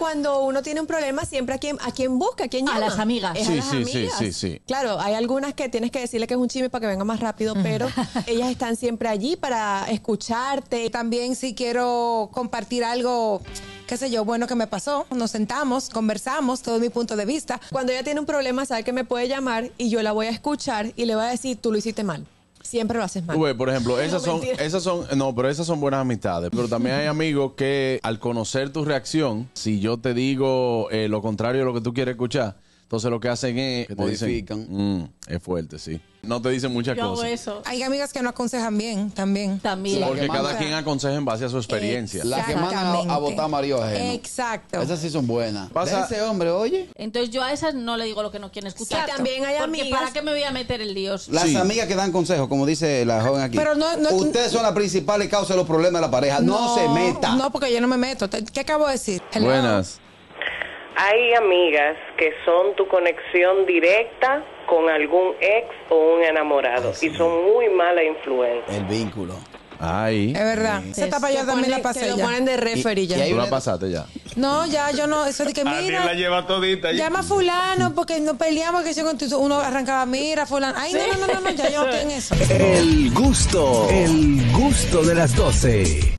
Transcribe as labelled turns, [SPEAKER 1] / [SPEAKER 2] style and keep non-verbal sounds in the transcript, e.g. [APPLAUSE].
[SPEAKER 1] cuando uno tiene un problema, siempre a quién a quién busca, a quién
[SPEAKER 2] A
[SPEAKER 1] llama.
[SPEAKER 2] las amigas.
[SPEAKER 1] Es a
[SPEAKER 3] Sí,
[SPEAKER 1] las
[SPEAKER 3] sí, sí,
[SPEAKER 1] amigas.
[SPEAKER 3] sí, sí.
[SPEAKER 1] Claro, hay algunas que tienes que decirle que es un chisme para que venga más rápido, pero [LAUGHS] ellas están siempre allí para escucharte.
[SPEAKER 4] También si quiero compartir algo, qué sé yo, bueno que me pasó, nos sentamos, conversamos, todo mi punto de vista.
[SPEAKER 1] Cuando ella tiene un problema, sabe que me puede llamar y yo la voy a escuchar y le voy a decir, tú lo hiciste mal. Siempre lo haces mal.
[SPEAKER 3] Güey, por ejemplo, esas son,
[SPEAKER 1] mentira.
[SPEAKER 3] esas son, no, pero esas son buenas amistades. Pero también hay amigos que al conocer tu reacción, si yo te digo eh, lo contrario de lo que tú quieres escuchar, entonces lo que hacen es
[SPEAKER 5] Que te
[SPEAKER 3] como dicen,
[SPEAKER 5] edifican.
[SPEAKER 3] "Mm, es fuerte, sí. No te dicen muchas
[SPEAKER 2] Yo hago
[SPEAKER 3] cosas.
[SPEAKER 2] eso.
[SPEAKER 4] Hay amigas que no aconsejan bien también.
[SPEAKER 2] También.
[SPEAKER 5] La
[SPEAKER 3] Porque
[SPEAKER 5] que
[SPEAKER 3] cada
[SPEAKER 5] manda-
[SPEAKER 3] quien aconseja en base a su experiencia.
[SPEAKER 5] La que mandan a- a votar a Mario ajeno.
[SPEAKER 4] Exacto.
[SPEAKER 5] Esas sí son buenas.
[SPEAKER 3] Pasa-
[SPEAKER 5] De ese hombre, oye.
[SPEAKER 2] Entonces yo a esas no le digo lo que no quieren escuchar.
[SPEAKER 1] Sí, también hay
[SPEAKER 2] Porque
[SPEAKER 1] amigas-
[SPEAKER 2] ¿Para qué me voy a meter el lío?
[SPEAKER 5] Las
[SPEAKER 3] Sí.
[SPEAKER 5] amigas que dan consejos, como dice la joven aquí.
[SPEAKER 4] Pero no- no-
[SPEAKER 5] Ustedes son las principales causas de los problemas de la pareja. No, se meta.
[SPEAKER 4] No, porque yo no me meto. Te- ¿Qué acabo de decir? Hello.
[SPEAKER 3] Buenas.
[SPEAKER 6] Hay amigas que son tu conexión directa con algún ex o un enamorado
[SPEAKER 5] Ay, sí.
[SPEAKER 6] y son muy mala influencia.
[SPEAKER 5] El vínculo.
[SPEAKER 3] Ay.
[SPEAKER 4] Es verdad. Esa etapa yo
[SPEAKER 1] Que
[SPEAKER 4] también la
[SPEAKER 1] pone-
[SPEAKER 4] pasé
[SPEAKER 1] que lo
[SPEAKER 4] ya.
[SPEAKER 1] ponen de referee
[SPEAKER 5] Y-
[SPEAKER 1] ya.
[SPEAKER 5] y hay
[SPEAKER 3] Tú la
[SPEAKER 5] una-
[SPEAKER 3] pasaste ya.
[SPEAKER 4] No, ya yo no. Eso de que mira.
[SPEAKER 7] lleva todita.
[SPEAKER 4] Llama a fulano porque no peleamos que yo con tu- uno arrancaba, mira fulano. Ay, no, no, no, no, no, ya yo no estoy en eso.
[SPEAKER 8] El gusto, el gusto de las doce.